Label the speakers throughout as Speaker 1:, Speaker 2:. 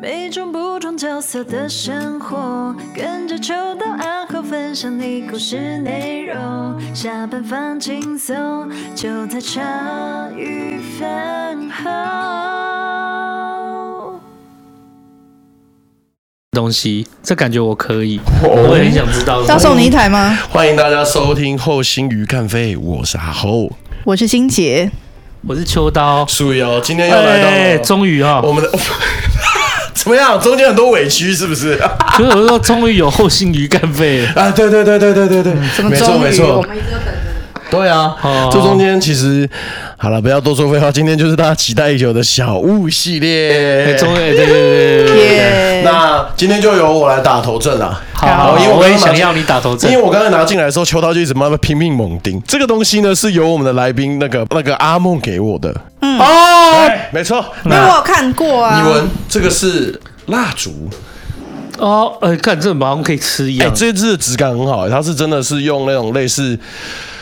Speaker 1: 每种不同角色的生活，跟着秋到暗号分享你故事内容。下班放轻松，就在茶余饭后。
Speaker 2: 东西，这感觉我可以，
Speaker 3: 哦
Speaker 2: 我也很想知道。
Speaker 4: 要送你一台吗？
Speaker 3: 欢迎大家收听《后心鱼看飞》，我是阿后，
Speaker 4: 我是欣姐，
Speaker 2: 我是秋刀，
Speaker 3: 所以哦，今天又来到
Speaker 2: 哎
Speaker 3: 了哦
Speaker 2: 终于哈，
Speaker 3: 我们的 怎么样？中间很多委屈是不是？
Speaker 2: 就是我说终于有后心鱼干肺了。
Speaker 3: 啊，对对对对对对对，
Speaker 4: 怎
Speaker 3: 嗯
Speaker 4: 么
Speaker 3: 没错
Speaker 4: 终
Speaker 3: 没
Speaker 4: 于
Speaker 3: 错
Speaker 4: 我，们一直都等着你？
Speaker 3: 对啊
Speaker 2: 哦，
Speaker 3: 这中间其实好了，不要多说废话，今天就是大家期待已久的小物系
Speaker 2: 哎，
Speaker 3: 列。
Speaker 2: 终于， 哎对对对对对，
Speaker 4: 耶！
Speaker 3: 那今天就由我来打头阵啦。
Speaker 2: 好，
Speaker 4: 好
Speaker 2: 好
Speaker 3: 哦因为我
Speaker 2: 我也
Speaker 3: 刚刚
Speaker 2: 想
Speaker 3: 拿
Speaker 2: 要你打头
Speaker 3: 因
Speaker 2: 阵
Speaker 3: 为。我刚才拿进来的时候，秋刀就一直慢慢拼命猛盯这个东西呢，是由我们的来宾那个那个阿梦给我的。嗯，哦，没错，
Speaker 4: 因为我有看过啊，
Speaker 3: 你闻这个是蜡烛，
Speaker 2: 哦，哎，看这马上可以吃一
Speaker 3: 哎、
Speaker 2: 样。
Speaker 3: 这支的质感很好、它是真的是用那种类似，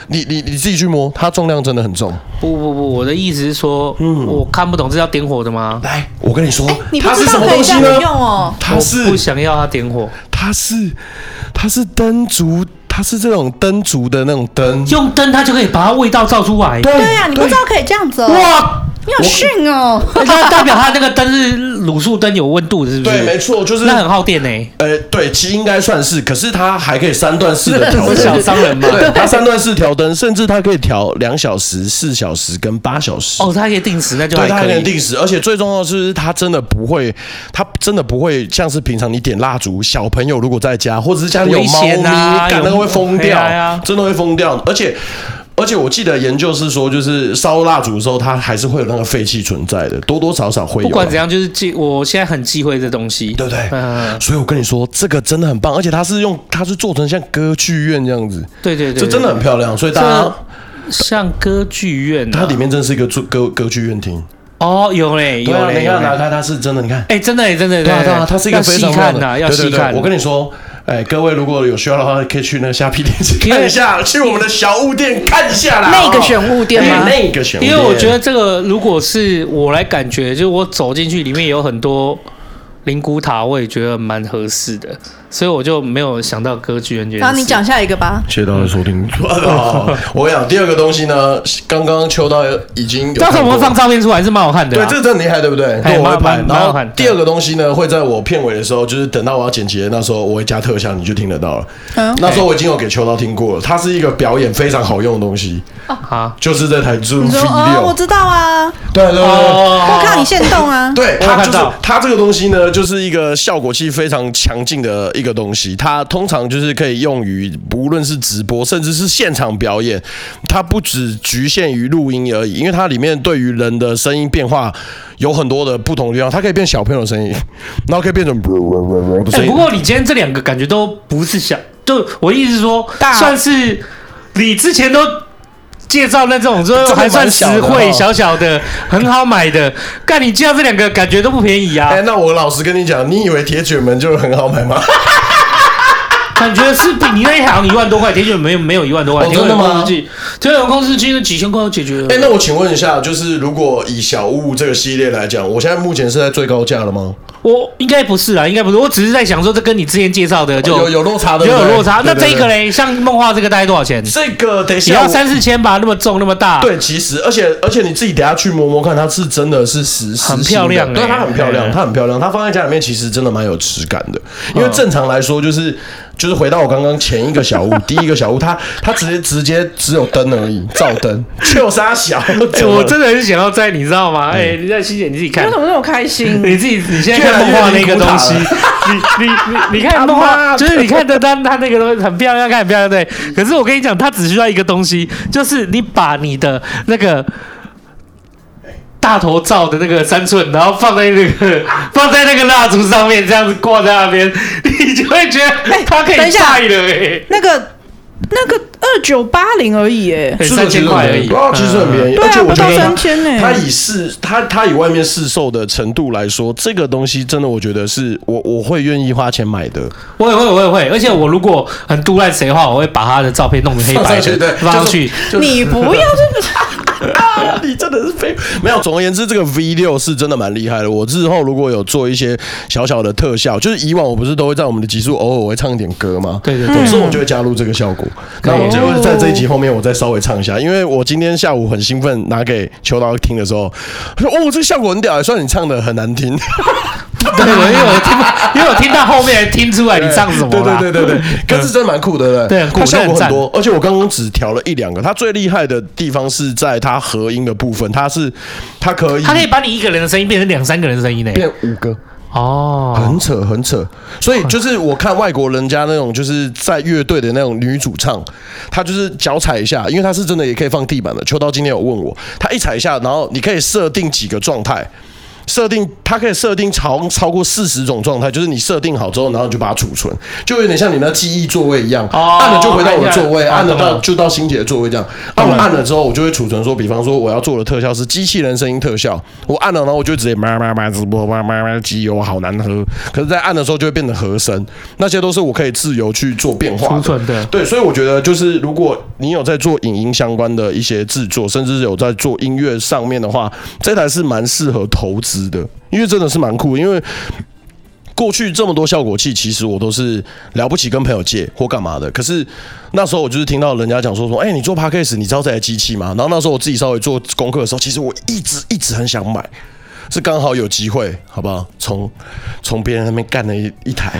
Speaker 3: 你你你自己去摸，它重量真的很重。
Speaker 2: 不不不，我的意思是说，
Speaker 3: 嗯
Speaker 2: 我看不懂这要点火的吗？
Speaker 3: 来，我跟你说，
Speaker 4: 哎你不
Speaker 3: 它
Speaker 4: 知
Speaker 3: 是
Speaker 4: 道
Speaker 3: 什么
Speaker 4: 可
Speaker 3: 东
Speaker 4: 以这
Speaker 3: 西
Speaker 4: 样
Speaker 3: 呢
Speaker 4: 子？用哦。
Speaker 3: 它
Speaker 2: 我不
Speaker 3: 是
Speaker 2: 想要它点火，
Speaker 3: 它是它是灯烛，它是这种灯烛的那种灯。
Speaker 2: 用灯它就可以把它味道照出来。
Speaker 3: 对
Speaker 4: 对啊，你不知道可以这样子哦，
Speaker 2: 哇，哎
Speaker 4: 你有训哦。
Speaker 2: 那代表它那个灯是卤素灯，有温度的，是不是？
Speaker 3: 对，没错，就是
Speaker 2: 那很耗电呢。
Speaker 3: 呃，对，其实应该算是，可是它还可以三段式的 调
Speaker 2: 我是小
Speaker 3: 灯，
Speaker 2: 商人嘛
Speaker 3: 对，它三段式调灯，甚至它可以调两小时、四小时跟八小时。
Speaker 2: 哦，它可以定时，那就还
Speaker 3: 对，它
Speaker 2: 可
Speaker 3: 有点
Speaker 2: 以。
Speaker 3: 定时，而且最重要的是，它真的不会，它真的不会像是平常你点蜡烛，小朋友如果在家，或者是家里有猫
Speaker 2: 危
Speaker 3: 咪，
Speaker 2: 险啊
Speaker 3: 干
Speaker 2: 有
Speaker 3: 那个会疯掉
Speaker 2: 哎呀，
Speaker 3: 真的会疯掉。而且，而且我记得研究是说，就是烧蜡烛的时候，它还是会有那个废气存在的，多多少少会有啊。
Speaker 2: 不管怎样，就是忌，我现在很忌讳这东西。
Speaker 3: 对不对？
Speaker 2: 嗯，
Speaker 3: 所以我跟你说，这个真的很棒，而且它是用它是做成像歌剧院这样子，
Speaker 2: 对对对，
Speaker 3: 这真的很漂亮。所以大家，
Speaker 2: 像歌剧院啊，
Speaker 3: 它里面真是一个歌歌歌剧院厅。
Speaker 2: 哦有嘞有
Speaker 3: 对啊，
Speaker 2: 嘞
Speaker 3: 你
Speaker 2: 有
Speaker 3: 看拿
Speaker 2: 嘞，
Speaker 3: 开，它是真的，你看。
Speaker 2: 哎真的哎真的
Speaker 3: 对啊，对啊，它是一个
Speaker 2: 要
Speaker 3: 非
Speaker 2: 细
Speaker 3: 常
Speaker 2: 看
Speaker 3: 棒
Speaker 2: 呐，
Speaker 3: 的
Speaker 2: 要
Speaker 3: 对
Speaker 2: 细
Speaker 3: 对对
Speaker 2: 看。
Speaker 3: 我跟你说，哎，各位如果有需要的话，可以去那个虾皮店去
Speaker 2: 因为
Speaker 3: 看一下，去我们的小物店看一下啦。
Speaker 4: 那个
Speaker 3: 哦
Speaker 4: 选物店吗
Speaker 3: 哎那个选物店，
Speaker 2: 因为我觉得这个如果是我来感觉，就是我走进去里面有很多灵骨塔，我也觉得蛮合适的，所以我就没有想到歌剧院这件事。
Speaker 4: 好，你讲下一个吧。
Speaker 3: 谢谢大家收听。 哦我跟你讲，第二个东西呢，刚刚秋刀已经有
Speaker 2: 到时候我们
Speaker 3: 看过
Speaker 2: 放照片出来是蛮好看的啊
Speaker 3: 对，
Speaker 2: 啦。
Speaker 3: 这个真的厉害，对不对？
Speaker 2: 哎
Speaker 3: 对，我会
Speaker 2: 蛮
Speaker 3: 拍
Speaker 2: 蛮。
Speaker 3: 然
Speaker 2: 蛮好
Speaker 3: 后
Speaker 2: 看
Speaker 3: 第二个东西呢，会在我片尾的时候，就是等到我要剪辑的那时候，我会加特效，你就听得到了。
Speaker 4: 嗯，
Speaker 3: 那时候我已经有给秋刀听过了，它是一个表演非常好用的东西，
Speaker 2: 啊，
Speaker 3: 就是这台 Zoom
Speaker 4: 你说哦，我
Speaker 3: V 六。
Speaker 4: 知道啊，
Speaker 3: 对对对对。
Speaker 4: 我看你现动啊。
Speaker 3: 对，
Speaker 2: 哦我有
Speaker 3: 它
Speaker 2: 看
Speaker 3: 就是
Speaker 2: 到
Speaker 3: 它这个东西呢，就是一个效果器非常强劲的一个东西。它通常就是可以用于无论是直播，甚至是现场表演。它不只局限于录音而已，因为它里面对于人的声音变化有很多的不同的地方。它可以变小朋友的声音， 然后可以变成的
Speaker 2: 哎、
Speaker 3: 声音
Speaker 2: 不。过你今天这两个感觉都不是小，就我意思是说，
Speaker 4: 大
Speaker 2: 算是你之前都介绍那种，就
Speaker 3: 这个
Speaker 2: 还算
Speaker 3: 蛮
Speaker 2: 实
Speaker 3: 小的
Speaker 2: 惠、
Speaker 3: 哦
Speaker 2: 小小的、很好买的。干，你介绍这两个感觉都不便宜啊
Speaker 3: 哎、，那我老实跟你讲，你以为铁卷门就很好买吗？
Speaker 2: 感觉是比你那一行一万多块，铁卷没有没有一万多块，
Speaker 3: 哦
Speaker 2: 铁卷
Speaker 3: 真的吗
Speaker 2: 控制器，铁卷控制器就几千块就解决了。
Speaker 3: 哎、那我请问一下，就是如果以小物这个系列来讲，我现在目前是在最高价了吗？
Speaker 2: 我应该不是啊，应该不是，我只是在想说，这跟你之前介绍的就
Speaker 3: 哦有有落差的，
Speaker 2: 就有落差。
Speaker 3: 对
Speaker 2: 那
Speaker 3: 对
Speaker 2: 这
Speaker 3: 对
Speaker 2: 个嘞，像梦话这个大概多少钱？
Speaker 3: 这个等一
Speaker 2: 也
Speaker 3: 下
Speaker 2: 要
Speaker 3: 我
Speaker 2: 三四千吧，那么重那么大。
Speaker 3: 对，其实而且而且你自己等一下去摸摸看，它是真的是实实
Speaker 2: 很
Speaker 3: 心的
Speaker 2: 漂亮欸
Speaker 3: 对，它很漂亮，
Speaker 2: 嗯
Speaker 3: 它很漂亮，它放在家里面其实真的蛮有质感的。因为正常来说就是就是回到我刚刚前一个小屋，第一个小屋， 它它直接直接只有灯而已，照灯， 就沙小，
Speaker 2: 哎 我真的很想要在，你知道吗？哎、你在欣姐你自己看
Speaker 4: 你为，什么那么开 心？
Speaker 2: 你自己你现在看梦话那个东西，
Speaker 3: 越来
Speaker 2: 你你你你看梦
Speaker 3: 他
Speaker 2: 话，
Speaker 3: 妈
Speaker 2: 就是你看的它它那个东西很漂亮，看很漂亮对。可是我跟你讲，它只需要一个东西，就是你把你的那个。大头照的那个三寸，然后放在那个 放在那个蜡烛上面，这样子挂在那边，你就会觉
Speaker 3: 哎
Speaker 2: 得它可以
Speaker 4: 等一下
Speaker 2: 晒了哎、
Speaker 4: 那个那个二九八零而已，哎，
Speaker 2: 欸，
Speaker 3: 这个
Speaker 2: 三
Speaker 3: 其
Speaker 2: 千
Speaker 3: 实很
Speaker 2: 块而
Speaker 3: 便宜
Speaker 2: 已，
Speaker 3: 啊，其实很便宜，
Speaker 4: 对啊
Speaker 3: 而且我觉
Speaker 4: 不
Speaker 3: 得
Speaker 4: 到
Speaker 3: 它
Speaker 4: 3000呢
Speaker 3: 它以市它它以外面市售的程度来说，这个东西真的我觉得是我我会愿意花钱买的。
Speaker 2: 我也会，我也会，而且我如果很杜烂谁的话，我会把他的照片弄成黑白
Speaker 3: 放上去对
Speaker 2: 的，放上去。
Speaker 4: 你不要这个，
Speaker 3: 啊 你真的是废物。没有，总而言之，这个 V 六是真的蛮厉害的。我日后如果有做一些小小的特效，就是以往我不是都会在我们的集数偶尔我会唱一点歌吗？
Speaker 2: 对对对
Speaker 3: 总之我就会加入这个效果。那我就会在这一集后面我再稍微唱一下，因为我今天下午很兴奋拿给秋刀听的时候，他说：“哦，这个效果很屌，虽然你唱的很难听。”
Speaker 2: 对，因为我听不，因为我听到后面听出来你唱什么
Speaker 3: 对
Speaker 2: 啦
Speaker 3: 对对对对，可是真的蛮酷的，
Speaker 2: 对
Speaker 3: 对
Speaker 2: 很
Speaker 3: 不
Speaker 2: 酷
Speaker 3: 它效
Speaker 2: 那
Speaker 3: 果
Speaker 2: 很赞
Speaker 3: 很多，而且我刚刚只调了一两个。它最厉害的地方是在它合音的部分，它是它可以
Speaker 2: 他可以把你一个人的声音变成两三个人的声音呢。
Speaker 3: 变五个。
Speaker 2: 哦
Speaker 3: 很，扯，很扯，所以就是我看外国人家那种就是在乐队的那种女主唱，她就是脚踩一下，因为她是真的也可以放地板的。秋刀今天有问我，她一踩一下，然后你可以设定几个状态，设定它可以设定超超过四十种状态，就是你设定好之后，然后你就把它储存，就有点像你那记忆座位一样，
Speaker 2: 哦
Speaker 3: 按了就回到我的座位，
Speaker 2: 按
Speaker 3: 按
Speaker 2: 一下懂
Speaker 3: 了到
Speaker 2: 了
Speaker 3: 就到欣姐的座位这样。那我按了之后，我就会储存说，比方说我要做的特效是机器人声音特效，我按了，然后我就直接妈妈妈直播妈妈妈机油好难喝。可是，在按的时候就会变成和声，那些都是我可以自由去做变化
Speaker 2: 储存 的
Speaker 3: 对，所以我觉得就是如果你有在做影音相关的一些制作，甚至有在做音乐上面的话，这台是蛮适合投资的，因为真的是蛮酷，因为。过去这么多效果器，其实我都是了不起跟朋友借或干嘛的。可是那时候我就是听到人家讲说说，哎、你做 podcast，你知道这台机器吗？然后那时候我自己稍微做功课的时候，其实我一直一直很想买，是刚好有机会，好不好？从从别人那边干了一一台，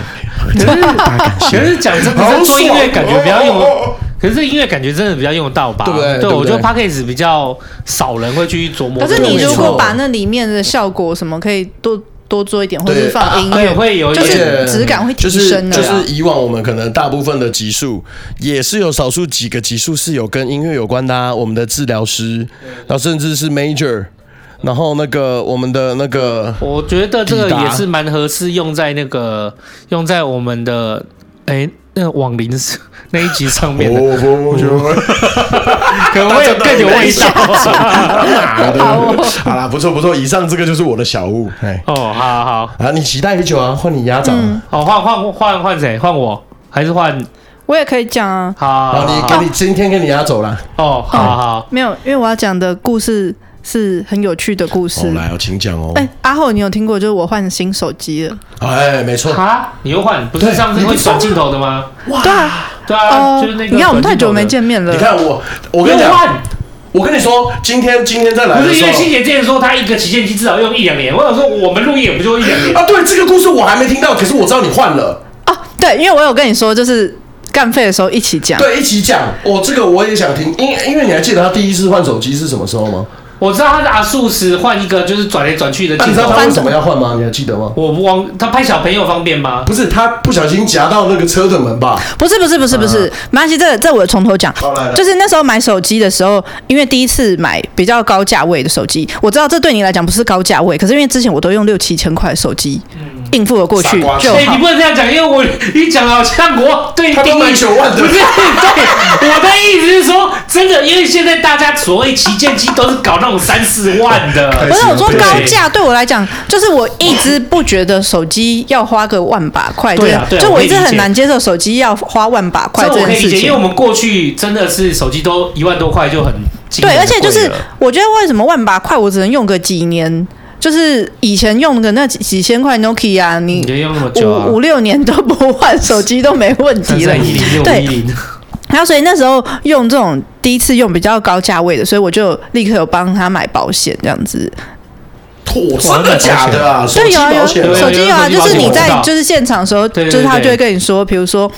Speaker 2: 可是讲真的，
Speaker 3: 好
Speaker 2: 是做音乐
Speaker 3: 爽
Speaker 2: 感觉比较
Speaker 3: 哦哦
Speaker 2: 用
Speaker 3: 哦，
Speaker 2: 可是音乐感觉真的比较用得到吧？
Speaker 3: 对不对对
Speaker 2: 对，
Speaker 3: 不对
Speaker 2: 我觉得 podcast 比较少人会去琢磨
Speaker 4: 可
Speaker 2: 这
Speaker 4: 是
Speaker 2: 个问
Speaker 4: 你
Speaker 2: 题。
Speaker 4: 如果把那里面的效果什么可以多多做一点，或者是放音
Speaker 2: 对
Speaker 3: 啊
Speaker 4: 乐，
Speaker 2: 会有一
Speaker 4: 就
Speaker 2: 点
Speaker 4: 是质感会提
Speaker 3: 就是
Speaker 2: 啊
Speaker 4: 升的
Speaker 3: 就
Speaker 4: 啦。
Speaker 3: 是以往我们可能大部分的集数，也是有少数几个集数是有跟音乐有关的、啊，我们的治疗师，然后甚至是 major，然后那个我们的那个
Speaker 2: 我觉得这个
Speaker 3: 抵达
Speaker 2: 也是蛮合适用在那个用在我们的哎那个网铃 那一集上面的，
Speaker 3: 哦 不
Speaker 2: 可能会有更有啊味道。
Speaker 3: 哪的？ 好啦，不错不错，以上这个就是我的小物，哎，
Speaker 2: 哦，好好
Speaker 3: 啊，你期待已久啊，换你压掌，
Speaker 2: 好，换换换换谁？换我还是换？
Speaker 4: 我也可以讲啊，
Speaker 2: 好，
Speaker 3: 好，你嗯
Speaker 2: 好
Speaker 3: 给你今天给你压走啦。
Speaker 2: 哦，好好，
Speaker 4: 没有，因为我要讲的故事是很有趣的故事
Speaker 3: 哦，。来哦，请讲哦，
Speaker 4: 哎，阿厚，你有听过？就是我换新手机了，
Speaker 3: 哎，没错，
Speaker 2: 哈，你又换，不是
Speaker 3: 对
Speaker 2: 上次
Speaker 3: 你不
Speaker 2: 会转镜头的吗？
Speaker 4: 对啊，
Speaker 2: 对啊，
Speaker 4: 哦
Speaker 2: 就是那，个。
Speaker 4: 你看我们太久没，见面了
Speaker 3: 你，看我，我
Speaker 2: 不用
Speaker 3: 跟你讲，哎
Speaker 2: 换，
Speaker 3: 我跟你说，今天今天再来
Speaker 2: 啊不
Speaker 3: 的
Speaker 2: 是
Speaker 3: 时
Speaker 2: 因为
Speaker 3: 候。
Speaker 2: 欣姐之前说她一个旗舰机至少用一两年，我想说我们录音也不就一两年。
Speaker 3: 啊，对，这个故事我还没听到，可是我知道你换了。
Speaker 4: 哦，对，因为我有跟你说，就是干废的时候一起讲。
Speaker 3: 对，一起讲。我、这个我也想听，因因为你还记得他第一次换手机是什么时候吗？
Speaker 2: 我知道他是阿素食换一个就是转来转去的
Speaker 3: 那你
Speaker 2: 镜
Speaker 3: 知道
Speaker 2: 头
Speaker 3: 他，为什么要换吗？你还记得吗？
Speaker 2: 我不忘他拍小朋友方便吗？
Speaker 3: 不是，他不小心夹到那个车的门 吧？
Speaker 4: 不是不是不是不是，没关系，这这我从头讲
Speaker 3: 嗯好来来，
Speaker 4: 就是那时候买手机的时候，因为第一次买比较高价位的手机，我知道这对你来讲不是高价位，可是因为之前我都用六七千块的手机应付了过去
Speaker 3: 嗯傻瓜
Speaker 4: 就
Speaker 2: 哎、你
Speaker 4: 好
Speaker 2: 不。能这样讲，因为我你讲得好像我对
Speaker 3: 他
Speaker 2: 定
Speaker 3: 都买
Speaker 2: 义
Speaker 3: 九万的
Speaker 2: 不是对，我的意思是说，真的，因为现在大家所谓旗舰机都是搞那种三四万 的
Speaker 4: 不是我说
Speaker 2: 哦对
Speaker 4: 高价对我来讲，就是我一直不觉得手机要花个万把块这
Speaker 2: 对啊
Speaker 4: 样，
Speaker 2: 对啊
Speaker 4: 就
Speaker 2: 我可
Speaker 4: 一
Speaker 2: 以
Speaker 4: 直
Speaker 2: 理
Speaker 4: 很
Speaker 2: 解
Speaker 4: 难接受手机要花万把块
Speaker 2: 这我
Speaker 4: 这
Speaker 2: 可
Speaker 4: 件
Speaker 2: 以理
Speaker 4: 事
Speaker 2: 解，因为我
Speaker 4: 情。
Speaker 2: 们过去真的是手机都一万多块就很惊人
Speaker 4: 对，
Speaker 2: 的
Speaker 4: 而且就
Speaker 2: 贵
Speaker 4: 是
Speaker 2: 了
Speaker 4: 我觉得为什么万把块我只能用个几年，就是以前用的那几几千块 Nokia，你
Speaker 2: 你就用那么久、啊，
Speaker 4: 五五六年都不换手机都没问
Speaker 2: 三
Speaker 4: 题了
Speaker 2: 三。一零六
Speaker 4: 对
Speaker 2: 一零，
Speaker 4: 然后所以那时候用这种第一次用比较高价位的，所以我就立刻有帮他买保险这样子。
Speaker 3: 我真的假的啊？手
Speaker 4: 对，
Speaker 3: 机
Speaker 4: 有啊有
Speaker 3: 保
Speaker 4: 啊
Speaker 3: 险
Speaker 2: 对对
Speaker 4: 手机有啊，
Speaker 2: 手机
Speaker 4: 就
Speaker 2: 保险
Speaker 4: 是你
Speaker 2: 我知
Speaker 4: 在
Speaker 2: 道
Speaker 4: 就是现场的时候，
Speaker 2: 对对
Speaker 4: 就是他
Speaker 2: 对
Speaker 4: 就会跟你说，比如说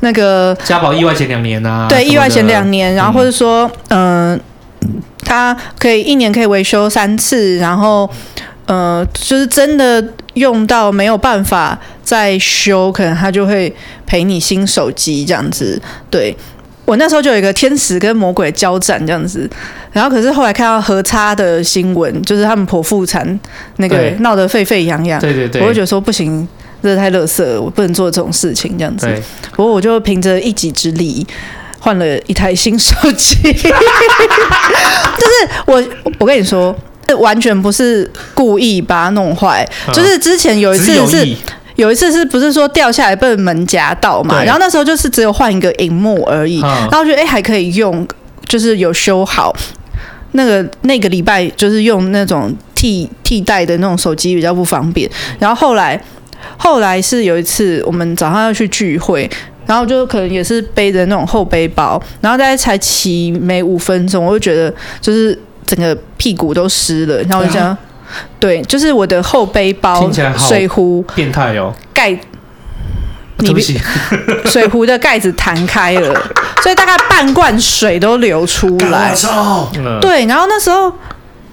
Speaker 4: 那个
Speaker 2: 家宝意外前两年啊，
Speaker 4: 对
Speaker 2: 什么
Speaker 4: 意外险
Speaker 2: 的
Speaker 4: 两年，然后或者说嗯，他可以一年可以维修三次，然后呃，就是真的用到没有办法再修，可能他就会赔你新手机这样子。对我那时候就有一个天使跟魔鬼交战这样子，然后可是后来看到和差的新闻，就是他们剖腹产那个
Speaker 2: 对
Speaker 4: 闹得沸沸扬扬，
Speaker 2: 对对对，
Speaker 4: 啊我就觉得说不行。这太乐色了，我不能做这种事情，这样子。
Speaker 2: 对，
Speaker 4: 不过我就凭着一己之力换了一台新手机， 就是我我跟你说，这完全不是故意把它弄坏，
Speaker 2: 嗯
Speaker 4: 就是之前有一
Speaker 2: 只有
Speaker 4: 次是
Speaker 2: 意。
Speaker 4: 有一次是不是说掉下来被门夹到嘛？
Speaker 2: 对
Speaker 4: 然后那时候就是只有换一个荧幕而已，
Speaker 2: 嗯
Speaker 4: 然后觉得哎、诶还可以用，就是有修好。那个那个礼拜就是用那种替替代的那种手机比较不方便。然后后来后来是有一次我们早上要去聚会。然后就可能也是背着那种厚背包，然后大概才骑没五分钟，我就觉得就是整个屁股都湿了，然后我就想，对，就是我的厚背包
Speaker 2: 啊听起来、好
Speaker 4: 水壶
Speaker 2: 变态哦！
Speaker 4: 盖，
Speaker 2: 对
Speaker 4: 你
Speaker 2: 不起，
Speaker 4: 水壶的盖子弹开了，所以大概半罐水都流出来。
Speaker 3: 操！
Speaker 2: 嗯，
Speaker 4: 对，然后那时候，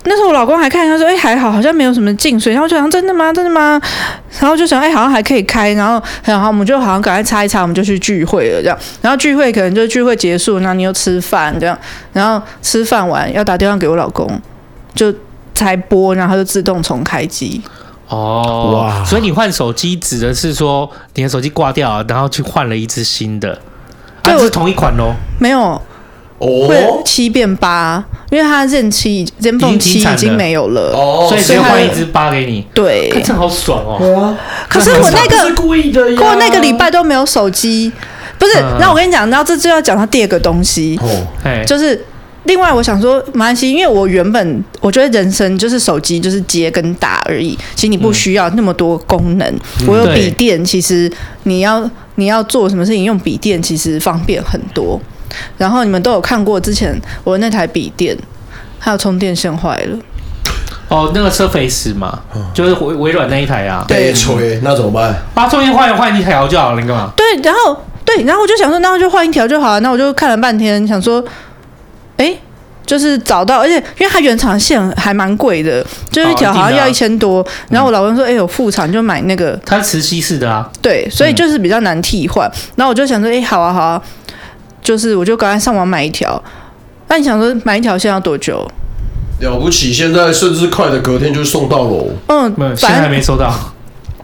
Speaker 4: 那时候我老公还看他说，哎、还好，好像没有什么进水。然后我就想，真的吗？真的吗？然后就想，哎、好像还可以开。然后，然后我们就好像赶快擦一擦，我们就去聚会了这样。然后聚会可能就聚会结束，然后你又吃饭这样，然后吃饭完要打电话给我老公，就才拨，然后他就自动重开机。
Speaker 2: 哦，哇！
Speaker 3: 哇
Speaker 2: 所以你换手机指的是说你的手机挂掉了，然后去换了一只新的，啊，
Speaker 4: 对
Speaker 2: 这
Speaker 4: 我
Speaker 2: 是同一款哦，
Speaker 4: 没有，会
Speaker 3: 哦
Speaker 4: 七变八，因为它任期 Zenfone
Speaker 2: 经
Speaker 4: 七
Speaker 2: 停产
Speaker 4: 已经
Speaker 2: 了
Speaker 4: 没有了。
Speaker 3: 哦，
Speaker 2: 所以直
Speaker 4: 所以
Speaker 2: 接
Speaker 4: 它
Speaker 2: 换一只八给你，
Speaker 4: 对，
Speaker 2: 看这好爽
Speaker 4: 呃
Speaker 2: 哦！
Speaker 4: 可是我那
Speaker 3: 不
Speaker 4: 个啊
Speaker 3: 是故意的呀，
Speaker 4: 过那个礼拜都没有手机，不是？
Speaker 2: 嗯
Speaker 4: 那我跟你讲，然后这就要讲到第二个东西，
Speaker 3: 哦，
Speaker 2: 哎，
Speaker 4: 就是另外我想说，马来西亚因为我原本我觉得人生就是手机就是接跟打而已，其实你不需要那么多功能。我有笔电，其实你要你要做什么事情用笔电其实方便很多。然后你们都有看过之前我那台笔电，它的充电线坏了。
Speaker 2: 哦，那个 Surface 嘛，
Speaker 4: 嗯
Speaker 2: 就是微微软那一台啊，
Speaker 3: 被哎吹，那怎么办？
Speaker 2: 把中间换换一条就好了，你干嘛？
Speaker 4: 对，然后对，然后我就想说，那我就换一条就好了。那我就看了半天，想说，哎，就是找到，而且因为它原厂线还蛮贵的，就是一条好像
Speaker 2: 哦一
Speaker 4: 要
Speaker 2: 定的啊
Speaker 4: 一千多。然后我老公说，哎，有副厂就买那个，
Speaker 2: 它是磁吸式的啊，
Speaker 4: 对，所以
Speaker 2: 嗯
Speaker 4: 就是比较难替换。然后我就想说，哎，好啊，好啊，就是我就赶快上网买一条。那你想说买一条线要多久？
Speaker 3: 了不起，现在甚至快的隔天就送到哦楼，
Speaker 4: 嗯
Speaker 2: 没有，，现在
Speaker 4: 反
Speaker 2: 还
Speaker 4: 正
Speaker 2: 没收到。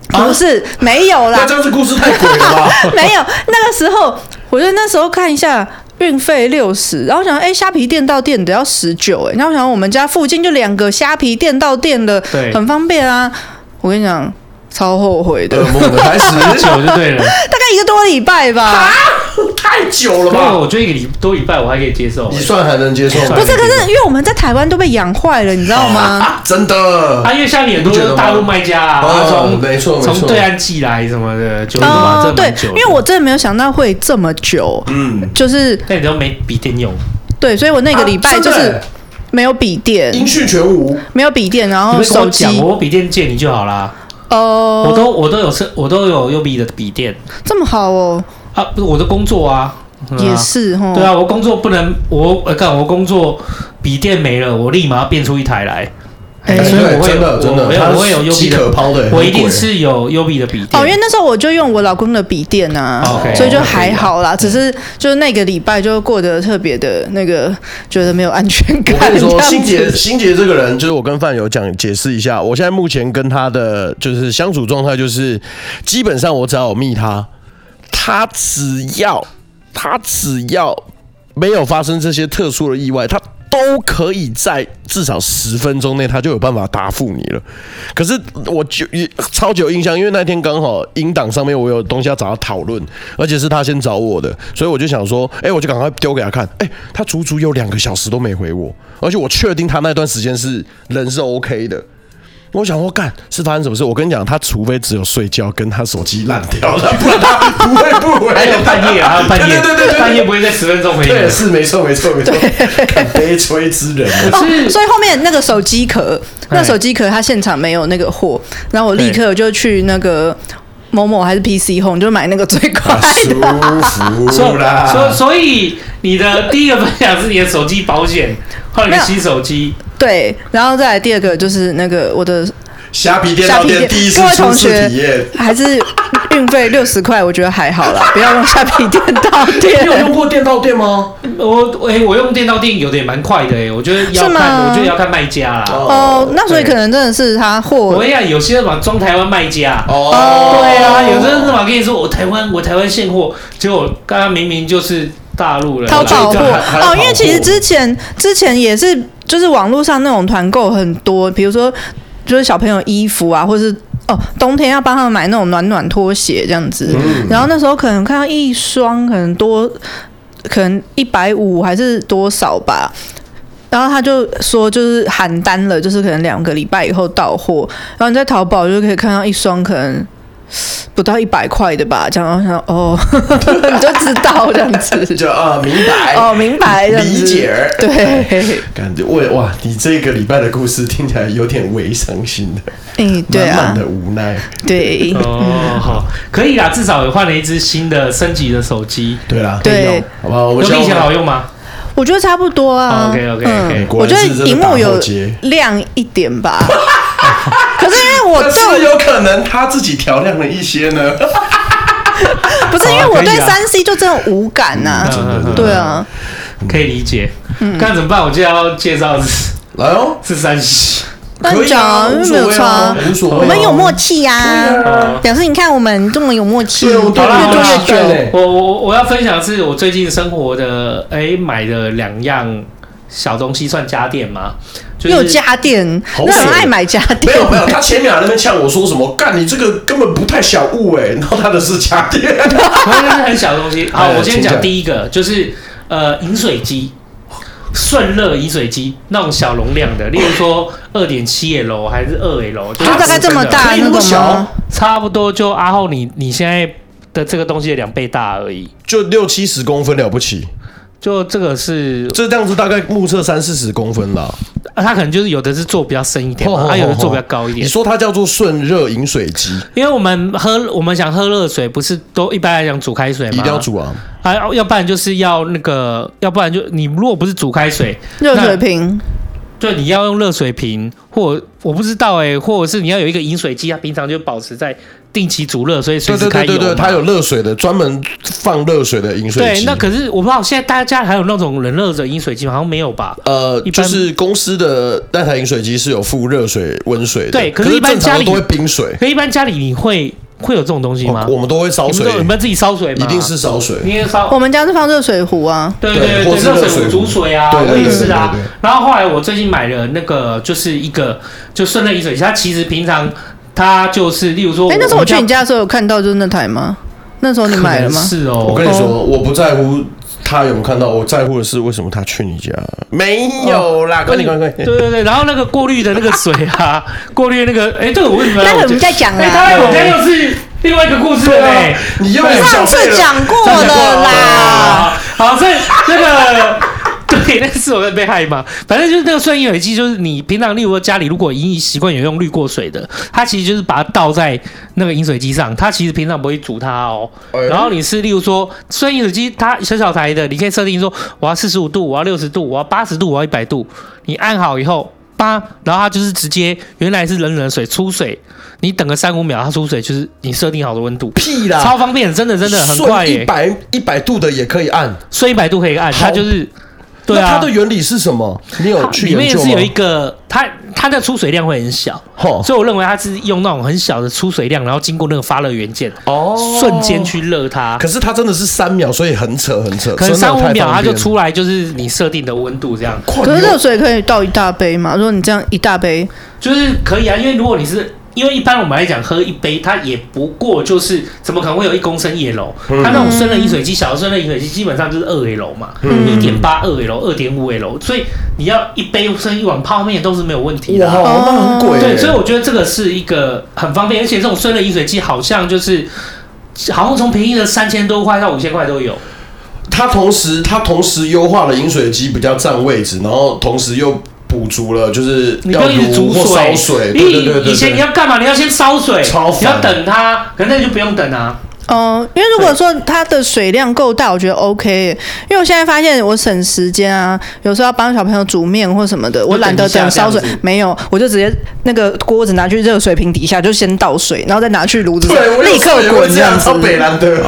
Speaker 4: 不是没有啦
Speaker 3: 那，这样子故事太鬼了 吧？
Speaker 4: 没有，那个时候我就那时候看一下运费六十，然后想，哎、虾皮店到店的要十九，哎，然后我想我们家附近就两个虾皮店到店的，
Speaker 2: 对
Speaker 4: 很方便啊。我跟你讲，超后悔的，
Speaker 3: 噩梦的开
Speaker 2: 很
Speaker 3: 始，
Speaker 2: 久就对了，
Speaker 4: 大概一个多礼拜吧。
Speaker 2: 啊
Speaker 3: 太久
Speaker 2: 不
Speaker 3: 了
Speaker 2: 过
Speaker 3: 吧？
Speaker 2: 我觉得一个礼多礼拜我还可以接受
Speaker 3: 你。算还能接受吗？
Speaker 4: 不是，可是因为我们在台湾都被养坏了，你知道
Speaker 2: 哦
Speaker 4: 吗？
Speaker 3: 啊，真的
Speaker 2: 啊，因为像你很多
Speaker 3: 你不觉得吗
Speaker 2: 大陆卖家啊，
Speaker 3: 哦
Speaker 2: 他从
Speaker 3: 没错没错
Speaker 2: 从对岸寄来什么的，就
Speaker 4: 哦
Speaker 2: 嘛，这
Speaker 4: 对
Speaker 2: 蛮，久的。
Speaker 4: 因为我真的没有想到会这么久，
Speaker 3: 嗯，
Speaker 4: 就是
Speaker 2: 那你都没笔电用，
Speaker 4: 对，所以我那个礼拜
Speaker 3: 啊
Speaker 4: 就
Speaker 3: 真的
Speaker 4: 是没有笔电，
Speaker 3: 音讯全无，
Speaker 4: 没有笔电，然
Speaker 2: 你
Speaker 4: 后
Speaker 2: 会跟我
Speaker 4: 哦手机
Speaker 2: 讲，，我笔电借你就好啦。
Speaker 4: 哦，
Speaker 2: 我都我都有是，我都有用笔的笔电
Speaker 4: 这么好哦，
Speaker 2: 啊，不是我的工作啊，嗯啊
Speaker 4: 也是哦，
Speaker 2: 对啊，我工作不能我呃干我工作笔电没了，我立马变出一台来，
Speaker 4: 哎
Speaker 2: 哎所以我会
Speaker 3: 真的真
Speaker 2: 有我
Speaker 3: 的，
Speaker 2: 会有
Speaker 3: 它
Speaker 2: 我会有
Speaker 3: 是
Speaker 2: 优
Speaker 3: 极
Speaker 2: 比
Speaker 3: 可
Speaker 2: 的，
Speaker 3: 抛的，
Speaker 2: 我一定
Speaker 3: 很鬼
Speaker 2: 是有优比的笔电。
Speaker 4: 哦，因为那时候我就用我老公的笔电啊
Speaker 3: 哦
Speaker 2: OK，
Speaker 4: 所以就还好啦。只是就是那个礼拜就过得特别的那个，觉得没有安全感。
Speaker 3: 我跟你 说，
Speaker 4: 这样
Speaker 3: 心杰
Speaker 4: 子
Speaker 3: 心杰这个人，就是我跟范友讲解释一下，我现在目前跟他的就是相处状态，就是基本上我只要有密他，他只要他只要没有发生这些特殊的意外，他。都可以在至少十分钟内，他就有办法答复你了。可是我就超级有印象，因为那天刚好音档上面我有东西要找他讨论，而且是他先找我的，所以我就想说，哎、我就赶快丢给他看，哎、他足足有两个小时都没回我，而且我确定他那段时间是人是 OK 的。我想说，干是发生什么事？我跟你讲，他除非只有睡觉跟他 手机烂掉了，不然他不会不回。
Speaker 2: 还有半夜啊， 半夜
Speaker 3: 对对对对
Speaker 2: 半夜不会在十分钟回你
Speaker 3: 对，
Speaker 2: 的。
Speaker 3: 是没错没错没错，干悲催之人啊。
Speaker 2: 可是
Speaker 4: 哦所以后面那个手机壳，
Speaker 2: 哎
Speaker 4: 那手机壳它现场没有那个货，然后我立刻就去那个某某还是 PC Home 就买那个最快
Speaker 3: 啊舒
Speaker 4: 的。
Speaker 3: 服啦，
Speaker 2: 所所以你的第一个分享是你的手机保险，换了
Speaker 4: 没
Speaker 2: 个
Speaker 4: 有
Speaker 2: 新手机，
Speaker 4: 对，然后再来第二个就是那个我的
Speaker 3: 虾皮电
Speaker 4: 虾
Speaker 3: 脑
Speaker 4: 皮
Speaker 3: 店
Speaker 4: 店，
Speaker 3: 第一次
Speaker 4: 各位
Speaker 3: 初
Speaker 4: 同
Speaker 3: 次
Speaker 4: 学
Speaker 3: 体验，
Speaker 4: 还是运费六十块，我觉得还好啦，不要用下皮店到 店。
Speaker 3: 过电到店吗？
Speaker 2: 我哎、我用电到电有的也蛮快的哎、我觉得要
Speaker 4: 是吗
Speaker 2: 看，我觉得要看卖家啦。
Speaker 4: 哦，那所以
Speaker 2: 对
Speaker 4: 可能真的是他
Speaker 2: 我
Speaker 4: 货
Speaker 2: 跟你讲，有些人嘛装台湾卖家，
Speaker 3: 哦
Speaker 2: 对啊，有的人嘛跟你说哦我台湾我台湾现货，结果刚刚明明就是大陆人，
Speaker 4: 淘宝
Speaker 3: 我
Speaker 4: 货
Speaker 3: 觉得还还
Speaker 4: 哦
Speaker 3: 好，
Speaker 4: 因为其实
Speaker 3: 货
Speaker 4: 之前之前也是就是网络上那种团购很多，比如说就是小朋友衣服啊，或是。哦，冬天要帮他们买那种暖暖拖鞋这样子，然后那时候可能看到一双可能多，可能一百五还是多少吧，然后他就说就是喊单了，就是可能两个礼拜以后到货。然后你在淘宝就可以看到一双可能不到一百块的吧，这样然后想哦， 你就知道这样子。
Speaker 3: 就啊，明白
Speaker 4: 哦，明白，这样子
Speaker 3: 理解。哎
Speaker 4: 对，
Speaker 3: 感觉我哇，你这个礼拜的故事听起来有点微伤心的，
Speaker 4: 嗯，对
Speaker 3: 满满
Speaker 4: 啊，
Speaker 3: 的嗯无奈。
Speaker 4: 对，
Speaker 2: 哦，好，可以啦，至少也换了一只新的升级的手机，
Speaker 3: 对啦，
Speaker 4: 对
Speaker 3: 可以用好不好？
Speaker 2: 有
Speaker 3: 哦我
Speaker 2: 比以
Speaker 3: 想
Speaker 2: 前好用吗？
Speaker 4: 我觉得差不多
Speaker 2: 哦
Speaker 4: 啊。
Speaker 2: ，OK，OK，OK
Speaker 4: 嗯
Speaker 3: 果
Speaker 4: 我觉
Speaker 3: 然
Speaker 4: 得
Speaker 3: 是真的
Speaker 4: 荧
Speaker 3: 打
Speaker 4: 幕有
Speaker 3: 后街
Speaker 4: 亮一点 吧。可是因为我
Speaker 3: 但是
Speaker 4: 对
Speaker 3: 有可能他自己调亮了一些呢。
Speaker 4: 不是因为
Speaker 2: 好啊
Speaker 4: 我
Speaker 2: 可以
Speaker 4: 对
Speaker 2: 啊
Speaker 4: 三 C 就真的无感呐、
Speaker 2: 嗯嗯嗯
Speaker 4: 对啊，
Speaker 2: 可以理解。
Speaker 4: 嗯
Speaker 2: 那怎么办？我就要介绍的是
Speaker 3: 来哦，
Speaker 2: 是山西，
Speaker 4: 那你
Speaker 3: 可以
Speaker 4: 讲
Speaker 3: 啊
Speaker 4: 啊，
Speaker 3: 无
Speaker 4: 又
Speaker 3: 所
Speaker 4: 没有
Speaker 3: 谓
Speaker 4: 差
Speaker 3: 啊
Speaker 4: 啊，
Speaker 3: 无所
Speaker 2: 嗯
Speaker 3: 谓啊。
Speaker 4: 我们有默契呀、
Speaker 2: 啊
Speaker 4: 表示你看我们这么有默契，
Speaker 3: 对我对
Speaker 2: 好啦
Speaker 4: 越
Speaker 2: 好
Speaker 4: 做
Speaker 2: 啦
Speaker 4: 越久。
Speaker 2: 我我我我要分享的是我最近生活的，哎，买的两样小东西算家电吗？就
Speaker 4: 又
Speaker 2: 是
Speaker 4: 家电，
Speaker 3: 好
Speaker 4: 那很
Speaker 3: 水
Speaker 4: 爱买家
Speaker 3: 没
Speaker 4: 电。
Speaker 3: 有没有，他前面还在那边呛我说什么？干你这个根本不太小物哎、然后他的是家电，
Speaker 2: 它是很小的东 西。好，
Speaker 3: 哎
Speaker 2: 我先
Speaker 3: 请
Speaker 2: 讲
Speaker 3: 讲
Speaker 2: 第一个，就是呃饮水机，顺热饮水机那种小容量的，例如说二点七 L 还是二 L，就
Speaker 4: 就 大概这么大
Speaker 3: 可以
Speaker 4: 那
Speaker 3: 那么
Speaker 4: 个
Speaker 3: 小
Speaker 4: 吗？
Speaker 2: 差不多就阿后你你现在的这个东西的两倍大而已。
Speaker 3: 就六七十公分了不起，
Speaker 2: 就这个是，
Speaker 3: 这样子大概目测三四十公分啦。
Speaker 2: 啊它可能就是有的是做比较深一点嘛，它、啊有的做比较高一点
Speaker 3: 你。说它叫做顺热饮水机，
Speaker 2: 因为我们喝，我们想喝热水，不是都一般来讲煮开水
Speaker 3: 一
Speaker 2: 吗？
Speaker 3: 定要煮啊！
Speaker 2: 啊，要不然就是要那个，要不然就你如果不是煮开水，
Speaker 4: 热水瓶，
Speaker 2: 对，你要用热水瓶，或我不知道哎、或者是你要有一个饮水机，它啊平常就保持在定期煮热，所以随
Speaker 3: 对
Speaker 2: 时
Speaker 3: 对
Speaker 2: 开
Speaker 3: 对
Speaker 2: 油
Speaker 3: 对对，
Speaker 2: 嘛
Speaker 3: 它有热水的，专门放热水的饮水
Speaker 2: 对，
Speaker 3: 机。
Speaker 2: 那可是我不知道现在大家还有那种冷热水饮水机吗？好像没有 吧？
Speaker 3: 呃，
Speaker 2: 一
Speaker 3: 就
Speaker 2: 般
Speaker 3: 是公司的那台饮水机是有附热水、温水的，
Speaker 2: 对可
Speaker 3: 可
Speaker 2: 是一般
Speaker 3: 正常
Speaker 2: 家里
Speaker 3: 的都会冰水，
Speaker 2: 可一般家里你会会有这种东西吗？
Speaker 3: 哦我们都会烧
Speaker 2: 你
Speaker 3: 水
Speaker 2: 们，都你们自己烧水吗？
Speaker 3: 一定是烧水。
Speaker 2: 你也烧
Speaker 4: 我们家是放热水壶啊。
Speaker 2: 对对
Speaker 3: 对
Speaker 2: 对，
Speaker 3: 或是
Speaker 2: 热
Speaker 3: 热
Speaker 2: 壶
Speaker 3: 水壶
Speaker 2: 煮水啊，
Speaker 3: 对对
Speaker 2: 我
Speaker 3: 对
Speaker 2: 也是啊
Speaker 3: 对对对。
Speaker 2: 然后后来我最近买了那个，就是一个就顺热饮水机，它其实平常它就是，例如说，
Speaker 4: 哎、那时候我去
Speaker 2: 们
Speaker 4: 你家的时候有看到就是那台吗？那时候你买了吗
Speaker 2: 可能？是
Speaker 3: 我
Speaker 2: 哦
Speaker 3: 跟，你说，我不在乎他有没有看到，我在乎的是为什么他去你家没有啦，
Speaker 4: 哦
Speaker 3: 快点快点快
Speaker 2: 对
Speaker 3: 点！
Speaker 2: 对对，然后那个过滤的那个水啊，过滤那个，哎，对，我为什么来
Speaker 4: 待会
Speaker 2: 我
Speaker 4: 我们
Speaker 2: 家？
Speaker 4: 再讲
Speaker 2: 哎，他
Speaker 4: 啦，
Speaker 2: 来我家又是另外一个故事了
Speaker 3: 啊
Speaker 2: 嘞。
Speaker 3: 你又有
Speaker 4: 啊上
Speaker 3: 小费
Speaker 4: 次
Speaker 3: 了
Speaker 4: 讲过了啦。
Speaker 2: 啊，好，所以那个。 对，那是我在被害嘛。反正就是那个顺应水机，就是你平常例如说家里如果已经习惯有用滤过水的，它其实就是把它倒在那个饮水机上，它其实平常不会煮它哦。
Speaker 3: 哎
Speaker 2: 然后你是例如说顺应水机，它小小台的，你可以设定说我要四十五度，我要六十度，我要八十度，我要一百度。你按好以后，叭，然后它就是直接原来是冷冷的水出水，你等个三五秒，它出水就是你设定好的温度，
Speaker 3: 屁啦，
Speaker 2: 超方便，真的真的很快耶、
Speaker 3: 一百一百度的也可以按。
Speaker 2: 所以百度可以按，
Speaker 3: 好
Speaker 2: 它就是对啊，
Speaker 3: 那它的原理是什么？你有去
Speaker 2: 里面
Speaker 3: 研究
Speaker 2: 是
Speaker 3: 吗哦
Speaker 2: 有一？个它它的出水量会很小，
Speaker 3: 吼
Speaker 2: 所以我认为它是用那种很小的出水量，然后经过那个发热元件，
Speaker 3: 哦
Speaker 2: 瞬间。去热它。
Speaker 3: 可是它真的是三秒，所以很扯很扯，
Speaker 2: 可能
Speaker 3: 真的
Speaker 2: 三
Speaker 3: 太
Speaker 2: 五
Speaker 3: 方便
Speaker 2: 秒它就
Speaker 3: 了。
Speaker 2: 出来，就是你设定的温度这样，
Speaker 3: 快
Speaker 4: 可是
Speaker 3: 点
Speaker 4: 热水可以倒一大杯嘛？如果你这样一大杯，
Speaker 2: 就是可以啊。因为如果你是因为一般我们来讲喝一杯，它也不过就是怎么可能会有一公升一楼？
Speaker 3: 嗯
Speaker 2: 它那种生热饮水机，小的生热饮水机基本上就是二 L 嘛，
Speaker 3: 嗯
Speaker 2: 一点八二 L、二点五 L，所以你要一杯生一碗泡面都是没有问题的啊。
Speaker 3: 哇，那
Speaker 4: 哦
Speaker 3: 很贵耶。
Speaker 2: 对，所以我觉得这个是一个很方便，而且这种生热饮水机好像就是，好像从便宜的三千多块到五千块都有。
Speaker 3: 它同时它同时优化了饮水机比较占位置，然后同时又补足了就是
Speaker 2: 你不
Speaker 3: 要
Speaker 2: 用一直煮
Speaker 3: 炉或烧
Speaker 2: 水，
Speaker 3: 水，
Speaker 2: 你
Speaker 3: 对对对对对。
Speaker 2: 以前你要干嘛？你要先烧水，
Speaker 3: 超烦
Speaker 2: 你要等它，可那就不用等啊。
Speaker 4: 哦、因为如果说它的水量够大，我觉得 OK。因为我现在发现我省时间啊，有时候要帮小朋友煮面或什么的，我懒得等烧水
Speaker 2: 就等一下这样子，
Speaker 4: 没有，我就直接那个锅子拿去热水瓶底下，就先倒水，然后再拿去炉子上
Speaker 3: 对，我有
Speaker 4: 立
Speaker 3: 时候
Speaker 4: 刻
Speaker 3: 也会
Speaker 4: 滚
Speaker 3: 这样
Speaker 4: 子
Speaker 3: 超。北兰的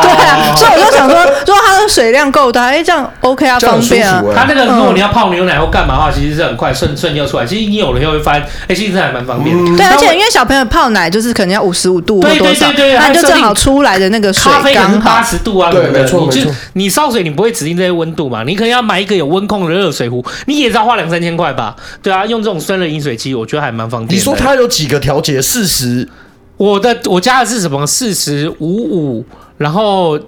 Speaker 2: 哦
Speaker 4: 对啊，所以我就想说，如果它的水量够大，哎、这样 OK 啊，
Speaker 3: 这样
Speaker 4: 方
Speaker 3: 很舒
Speaker 4: 便啊
Speaker 3: 服。
Speaker 2: 它
Speaker 3: 哎。
Speaker 2: 那个如果你要泡牛奶或干嘛的话，其实是很快顺顺就出来。其实你有了以后会发现，哎，其实这还蛮方便的。
Speaker 4: 嗯对，
Speaker 2: 那
Speaker 4: 而且
Speaker 2: 我
Speaker 4: 因为小朋友泡奶就是可能要五十五度或
Speaker 2: 对对
Speaker 4: 多少，
Speaker 2: 对对
Speaker 4: 那你就
Speaker 2: 还设
Speaker 4: 正
Speaker 2: 定
Speaker 4: 好出来的那个水
Speaker 2: 咖啡可
Speaker 4: 刚
Speaker 2: 是八
Speaker 4: 好。
Speaker 2: 十度啊，
Speaker 3: 对
Speaker 2: 什么的
Speaker 3: 没错
Speaker 2: 你就
Speaker 3: 没错
Speaker 2: 你烧水，你不会指定这些温度嘛？你可能要买一个有温控的热水壶，你也是要花两三千块吧？对啊，用这种生热饮水机，我觉得还蛮方便的。
Speaker 3: 你说它有几个调节？四十
Speaker 2: 我的我家的是什么？四十五五，然后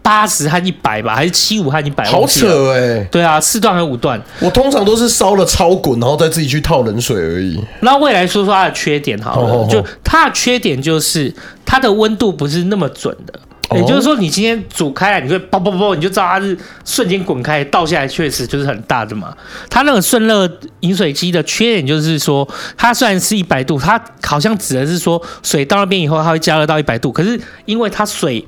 Speaker 2: 八十和一百吧，还是七五和一百？
Speaker 3: 好
Speaker 2: 忘记了。
Speaker 3: 扯哎、
Speaker 2: 对啊，四段还有五段。
Speaker 3: 我通常都是烧了超滚，然后再自己去套冷水而已。
Speaker 2: 那未来说说它的缺点好
Speaker 4: 哦
Speaker 2: 了，
Speaker 3: 好好好
Speaker 2: 就它的缺点就是它的温度不是那么准的。
Speaker 3: 哦
Speaker 2: 也就是说，你今天煮开来，你会啵啵啵，你就知道它是瞬间滚开，倒下来确实就是很大的嘛。它那个顺热饮水机的缺点就是说，它虽然是一百度，它好像指的是说水到那边以后，它会加热到一百度，可是因为它水，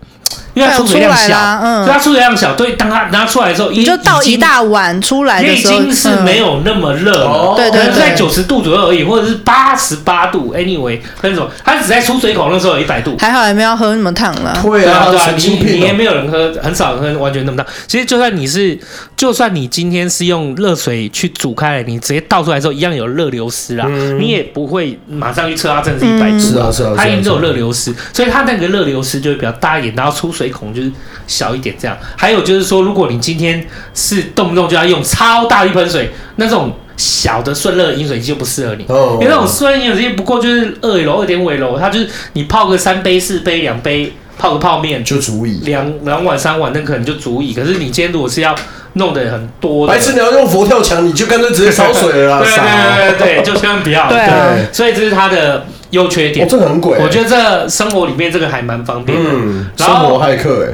Speaker 2: 因为它
Speaker 4: 它有
Speaker 2: 出水量
Speaker 4: 出来
Speaker 2: 小，
Speaker 4: 啦嗯
Speaker 2: 所以它出水量小，对，当它拿出来的时候，
Speaker 4: 你就倒
Speaker 2: 已
Speaker 4: 一
Speaker 2: 经
Speaker 4: 大碗出来的
Speaker 2: 也已
Speaker 4: 时候，
Speaker 2: 经是没
Speaker 4: 嗯
Speaker 2: 有那么热了，
Speaker 3: 哦对
Speaker 4: 对
Speaker 2: 可能
Speaker 4: 对
Speaker 2: 在九十度左右而已，或者是八十八度，anyway，跟什么，它只在出水口那时候有一百度。
Speaker 4: 嗯还好也没有喝那么烫啦。
Speaker 3: 会
Speaker 2: 啊，对啊，
Speaker 3: 神
Speaker 2: 你
Speaker 3: 经
Speaker 2: 你
Speaker 3: 病、
Speaker 2: 也
Speaker 3: 哦。
Speaker 2: 没有人喝，很少人喝，完全那么大。其实就算你是，就算你今天是用热水去煮开来，你直接倒出来的时候一样有热流失啊，你也不会马上去测它真的是一百度、
Speaker 4: 嗯
Speaker 3: 嗯是啊是啊是啊
Speaker 2: 它一定是有热流失，所以它那个热流失就会比较大一点，然后出水孔就是小一点这样。还有就是说，如果你今天是动不动就要用超大一盆水，那种小的顺热饮水机就不适合你。
Speaker 3: 哦
Speaker 2: 因为那种虽然饮水机不过就是二楼二点五楼，它就是你泡个三杯四杯两杯，泡个泡面
Speaker 3: 就足以。
Speaker 2: 两两碗三碗，那可能就足以。可是你今天如果是要弄得很多的，
Speaker 3: 白痴，你要用佛跳墙，你就干脆直接烧水了啦，
Speaker 2: 对
Speaker 3: 傻。
Speaker 2: 对对对对，就千万不要。
Speaker 4: 对啊
Speaker 2: 对所以这是它的优缺
Speaker 3: 哦
Speaker 2: 点，。
Speaker 3: 这个很鬼、
Speaker 2: 我觉得这生活里面这个还蛮方便的。
Speaker 3: 嗯，生
Speaker 2: 然后
Speaker 3: 活骇客哎、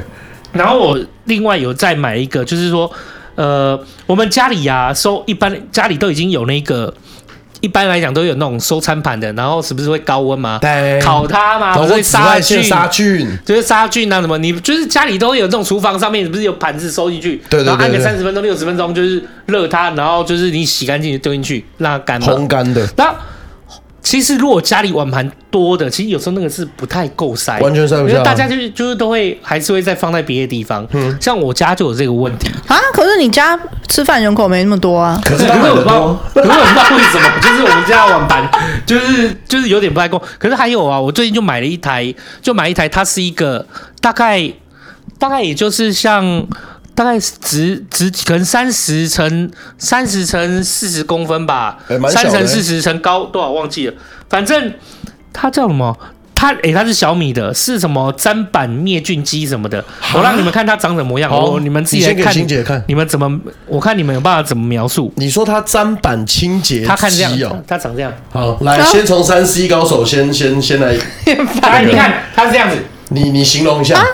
Speaker 2: 然后我另外有再买一个，就是说，呃，我们家里呀、收一般家里都已经有那个，一般来讲都有那种收餐盘的，然后是不是会高温嘛？
Speaker 3: 对
Speaker 2: 烤它嘛，
Speaker 3: 然后
Speaker 2: 啊不是会
Speaker 3: 紫
Speaker 2: 杀
Speaker 3: 外线
Speaker 2: 菌。
Speaker 3: 杀菌，
Speaker 2: 就是杀菌啊什么，你就是家里都会有这种厨房上面不是有盘子收进去，
Speaker 3: 对对对
Speaker 2: 然后按个
Speaker 3: 对
Speaker 2: 三十分钟、六十分钟，就是热它，然后就是你洗干净就丢进去，让它干嘛。
Speaker 3: 烘干的，
Speaker 2: 那其实如果家里碗盘多的，其实有时候那个是不太够塞，
Speaker 3: 完全塞不下
Speaker 2: 哎因为大家就是就是都会还是会再放在别的地方。
Speaker 3: 嗯
Speaker 2: 像我家就有这个问题，
Speaker 4: 啊，可是你家吃饭人口没那么多啊。
Speaker 3: 可是
Speaker 2: 可
Speaker 3: 它
Speaker 2: 是
Speaker 3: 买
Speaker 2: 我不
Speaker 3: 的
Speaker 2: 知道
Speaker 3: 多，，
Speaker 2: 可是我不知道为什么，就是我们家的碗盘就是就是有点不太够。可是还有啊，我最近就买了一台，就买一台，它是一个大概大概也就是像。大概直直可能三十乘三十乘四十公分吧，
Speaker 3: 哎蛮小
Speaker 2: 三
Speaker 3: 的
Speaker 2: 乘四十乘高多少忘记了，反正它叫什么？它诶，它是小米的，是什么砧板灭菌机什么的？我让你们看它长什么模样，
Speaker 3: 好
Speaker 2: 我你们自己来
Speaker 3: 你先给
Speaker 2: 看。
Speaker 3: 欣姐看
Speaker 2: 你们怎么？我看你们有办法怎么描述？
Speaker 3: 你说它砧板清洁
Speaker 2: 他看这样
Speaker 3: 机哦，
Speaker 2: 他长这样，
Speaker 3: 好，来
Speaker 4: 啊
Speaker 3: 先从三 C 高手先先先来，啊
Speaker 2: 来你看他是这样子，
Speaker 3: 你你形容一
Speaker 2: 啊
Speaker 3: 下，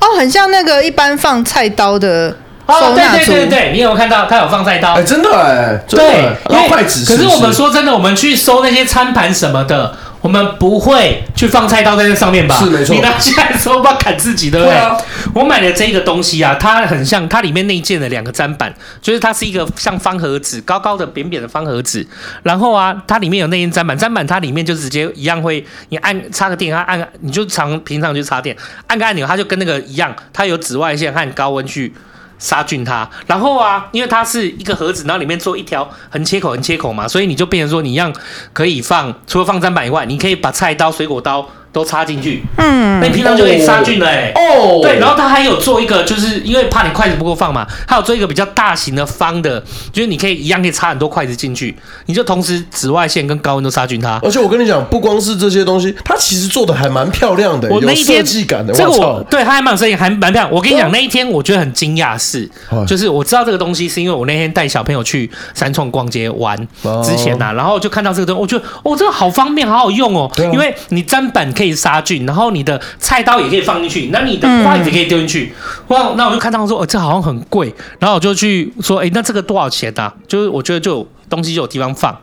Speaker 4: 哦，很像那个一般放菜刀的
Speaker 2: 哦，
Speaker 4: 收纳
Speaker 2: 对对
Speaker 4: 组。
Speaker 2: 对对，你有看到他有放菜刀
Speaker 3: 哎，，真的哎，真的
Speaker 2: 对
Speaker 3: 哎，然
Speaker 2: 因
Speaker 3: 后
Speaker 2: 为
Speaker 3: 筷子，
Speaker 2: 可
Speaker 3: 是
Speaker 2: 是
Speaker 3: 不
Speaker 2: 我们说真的，我们去收那些餐盘什么的，我们不会去放菜刀在这上面吧？
Speaker 3: 是没错
Speaker 2: 你拿下来的时候不要砍自己，对不对？
Speaker 3: 对啊
Speaker 2: 我买的这个东西啊，它很像它里面内建的两个砧板，就是它是一个像方盒子，高高的、扁扁的方盒子。然后啊，它里面有内建砧板，砧板它里面就直接一样会，你按插个电，它按你就常平常去插电，按个按钮，它就跟那个一样，它有紫外线和高温去。杀菌它，然后啊，因为它是一个盒子，然后里面做一条横切口、横切口嘛，所以你就变成说，你一样可以放，除了放砧板以外，你可以把菜刀、水果刀都插进去，
Speaker 4: 嗯
Speaker 2: 那你平常就可以杀菌了、欸。
Speaker 3: 哦，
Speaker 2: 对，然后它还有做一个，就是因为怕你筷子不够放嘛，它有做一个比较大型的方的，就是你可以一样可以插很多筷子进去，你就同时紫外线跟高温都杀菌它。
Speaker 3: 而且我跟你讲，不光是这些东西，它其实做的还蛮漂亮的，
Speaker 2: 我那
Speaker 3: 有
Speaker 2: 一
Speaker 3: 设
Speaker 2: 天
Speaker 3: 计感的。
Speaker 2: 这个
Speaker 3: 我
Speaker 2: 我
Speaker 3: 操，哦
Speaker 2: 对它还蛮有设计，还蛮漂亮。我跟你讲，
Speaker 3: 对
Speaker 2: 那一天我觉得很惊讶是
Speaker 3: 哎，
Speaker 2: 就是我知道这个东西是因为我那天带小朋友去三创逛街玩
Speaker 3: 哦
Speaker 2: 之前呐、啊，然后就看到这个东西，我觉得哦，这个好方便，好好用哦，
Speaker 3: 对啊
Speaker 2: 因为你砧板可以杀菌，然后你的菜刀也可以放进去，那你的筷
Speaker 4: 嗯
Speaker 2: 子可以丢进去。哇，那我就看到说，哦，这好像很贵，然后我就去说，哎，那这个多少钱呐、啊？就是我觉得就有东西就有地方放，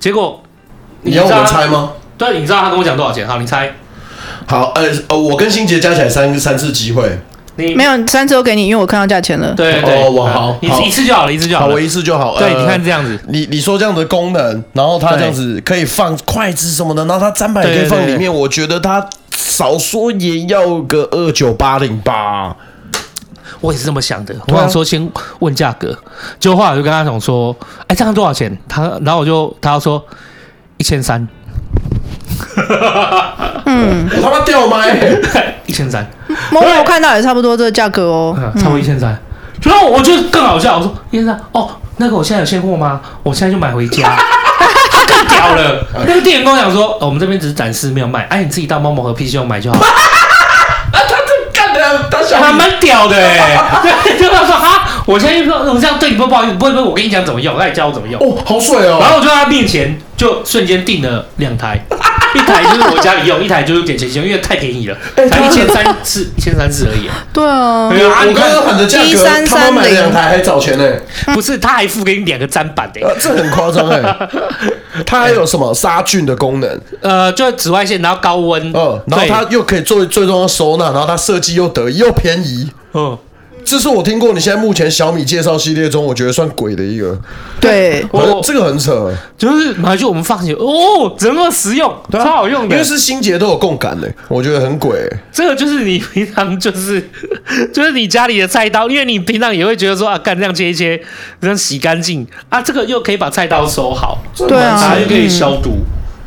Speaker 2: 结果
Speaker 3: 你要我
Speaker 2: 知道
Speaker 3: 们
Speaker 2: 他
Speaker 3: 猜？吗？
Speaker 2: 对，你知道他跟我讲多少钱？好，你猜。
Speaker 3: 好，呃呃，我跟欣杰加起来三三次机会，
Speaker 2: 你
Speaker 4: 没有三次都给你，因为我看到价钱了。
Speaker 2: 对对对，
Speaker 3: 哦我
Speaker 2: 啊
Speaker 3: 好
Speaker 2: 一
Speaker 3: 好
Speaker 2: 次一次就好了，一次就
Speaker 3: 好，
Speaker 2: 好了
Speaker 3: 我。一次就好。
Speaker 2: 对，
Speaker 3: 呃
Speaker 2: 你看这样子，
Speaker 3: 你你说这样的功能，然后它
Speaker 2: 对
Speaker 3: 这样子可以放筷子什么的，然后它砧板也可以
Speaker 2: 对对
Speaker 3: 放
Speaker 2: 对
Speaker 3: 里面。我觉得它少说也要个二九八零吧。
Speaker 2: 我也是这么想的。我想说先问价格，结果后来我就跟他讲说，哎，这样多少钱？他，然后我就他说一千三，
Speaker 3: 我他妈掉 麦，
Speaker 2: 啊一千三，
Speaker 4: 某某看到也差不多这个价格哦。
Speaker 2: 差不多一千三。嗯然后我就更好笑，我说一千三，哦，那个我现在有现货吗？我现在就买回家。 他更屌 了，那个店员跟我讲说，哦我们这边只是展示没有卖，哎，你自己到猫某和 P C 用买就好。
Speaker 3: 干的，他
Speaker 5: 小
Speaker 2: 还
Speaker 5: 米
Speaker 2: 蛮屌的 哎、对，就他说啊，我现在就说我这样对你不不好意思，不会不会，我跟你讲怎么用，那你教我怎么用。
Speaker 3: 哦，好水
Speaker 2: 然
Speaker 3: 哦，
Speaker 2: 后我就在他面前就瞬间订了两 台，一台就是我家里用，一台就是给钱钱，因为太便宜了，
Speaker 3: 哎
Speaker 2: 才一千三四一千三四而已。
Speaker 4: 对啊，
Speaker 2: 对啊，
Speaker 3: 我
Speaker 2: 你
Speaker 3: 刚
Speaker 2: 看
Speaker 3: 刚喊的价格，
Speaker 4: 1330
Speaker 3: 他们买了两台还找钱呢，
Speaker 2: 不是，他还付给你两个砧板的、欸
Speaker 3: 呃这很夸张哎。它还有什么杀菌的功能？
Speaker 2: 呃，就紫外线，然后高温，
Speaker 3: 呃，然后
Speaker 2: 对
Speaker 3: 它，又可以做最重要的收纳，然后它设计又得意又便宜。
Speaker 2: 嗯，
Speaker 3: 这是我听过你现在目前小米介绍系列中，我觉得算鬼的一个，
Speaker 4: 对，
Speaker 2: 我
Speaker 3: 很这个很扯，
Speaker 2: 就是拿去我们放学，哦，怎么那么实用，超好用
Speaker 3: 啊因
Speaker 2: 的
Speaker 3: 为。是心结都有共感的，欸我觉得很鬼。
Speaker 2: 这个就是你平常就是 就是你家里的菜刀，因为你平常也会觉得说啊，干这样切一切，这样洗干净啊，这个又可以把菜刀收好，
Speaker 4: 对啊
Speaker 2: 它又可以消毒。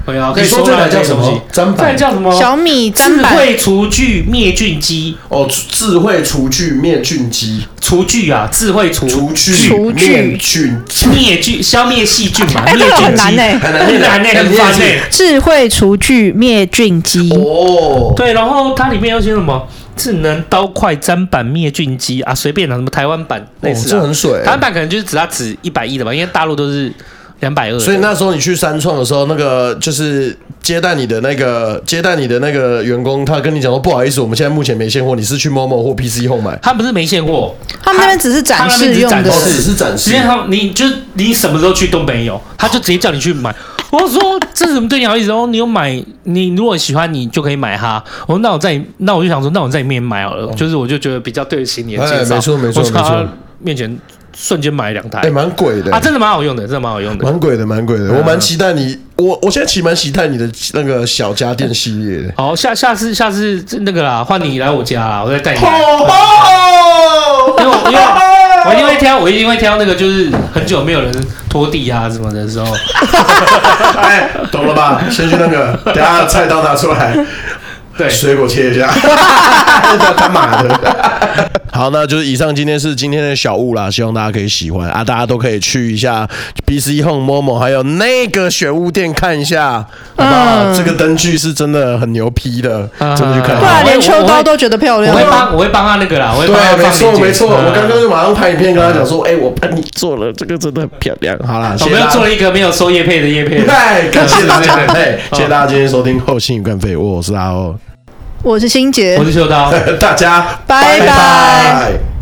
Speaker 2: 对啊，可以
Speaker 3: 你说
Speaker 2: 收
Speaker 3: 这
Speaker 2: 纳
Speaker 3: 台叫
Speaker 2: 些
Speaker 3: 什么
Speaker 2: 东西
Speaker 3: 砧板
Speaker 2: 这台叫什么？
Speaker 4: 小米砧板
Speaker 2: 哦智慧厨具灭菌机，
Speaker 3: 哦，智慧厨具灭菌机，
Speaker 2: 厨具啊，智慧厨
Speaker 3: 厨具
Speaker 4: 厨具
Speaker 3: 灭菌机，
Speaker 2: 灭菌消灭细菌嘛，
Speaker 4: 哎
Speaker 2: 灭
Speaker 4: 这个
Speaker 2: 菌
Speaker 4: 很难
Speaker 2: 机
Speaker 4: 欸
Speaker 2: 很难欸很
Speaker 3: 很
Speaker 2: 烦
Speaker 3: 难
Speaker 2: 欸
Speaker 3: 欸
Speaker 4: 智慧厨具灭菌机，
Speaker 3: 哦，
Speaker 2: 对，然后它里面有些什么智能刀块、砧板、灭菌机啊，随便拿什么台湾版类似、啊
Speaker 3: 哦这很水
Speaker 2: 台湾版可能就是只要指一百一的吧，因为大陆都是两百二。
Speaker 3: 所以那时候你去三创的时候，那个就是接待你的那个接待你的那个员工，他跟你讲说不好意思，我们现在目前没现货，你是去 Momo 或 PC 后买，哦
Speaker 2: 他不是没现货，
Speaker 4: 他们那边只是展示用的
Speaker 2: 他们那边只是展示
Speaker 3: 是展
Speaker 2: 实际上你就是你什么时候去都没有，他就直接叫你去买。我说这怎么对你好意思？哦，你有买，你如果喜欢你就可以买它。我说那我在你那我就想说，那我在你面前买好了，就是我就觉得比较对得起你的
Speaker 3: 嗯哎
Speaker 2: 介绍。
Speaker 3: 没错没错
Speaker 2: 我就在他
Speaker 3: 没错
Speaker 2: 面前瞬间买两台。
Speaker 3: 哎，蛮鬼的
Speaker 2: 啊，真的蛮好用的，真的蛮好用的。
Speaker 3: 蛮鬼的，蛮鬼
Speaker 2: 啊
Speaker 3: 的。我蛮期待你，我我现在其实蛮期待你的那个小家电系列的。
Speaker 2: 好，下下次下次那个啦，换你来我家啦，我再带你来。
Speaker 3: 哦，
Speaker 2: 因为 我因为我一定会挑，我一定会挑那个，就是很久没有人拖地啊什么的时候，
Speaker 3: 哎，懂了吧？先去那个，等下菜刀拿出来，
Speaker 2: 对，
Speaker 3: 水果切一下，他妈的！
Speaker 5: 好，那就是以上今天是今天的小物啦，希望大家可以喜欢啊，大家都可以去一下 BC Home、Momo 还有那个选物店看一下，好不好？这个灯具是真的很牛批的，真的去看。
Speaker 4: 对
Speaker 2: 我
Speaker 4: 啊，
Speaker 2: 会
Speaker 4: 连秋刀都觉得漂
Speaker 2: 我
Speaker 4: 亮
Speaker 2: 会。帮我会帮他那个啦，我会帮他
Speaker 3: 对，
Speaker 2: 放
Speaker 3: 没
Speaker 2: 链
Speaker 3: 错
Speaker 2: 接
Speaker 3: 没错，
Speaker 2: 嗯
Speaker 3: 我刚刚就马上拍影片跟他讲说，哎，我帮你，
Speaker 5: 做了，这个真的很漂亮。好啦，
Speaker 2: 我
Speaker 5: 谢谢
Speaker 2: 们
Speaker 5: 大
Speaker 2: 又
Speaker 5: 家
Speaker 2: 做了一个没有收叶配的 叶配，
Speaker 3: 哎，感谢 大家，
Speaker 2: 对对对
Speaker 3: 哎，
Speaker 5: 谢谢大家今天收听后心与干肺，我是阿欧。
Speaker 4: 我是心杰
Speaker 2: 我，是秋刀。
Speaker 3: 大家
Speaker 4: 拜拜
Speaker 3: 拜。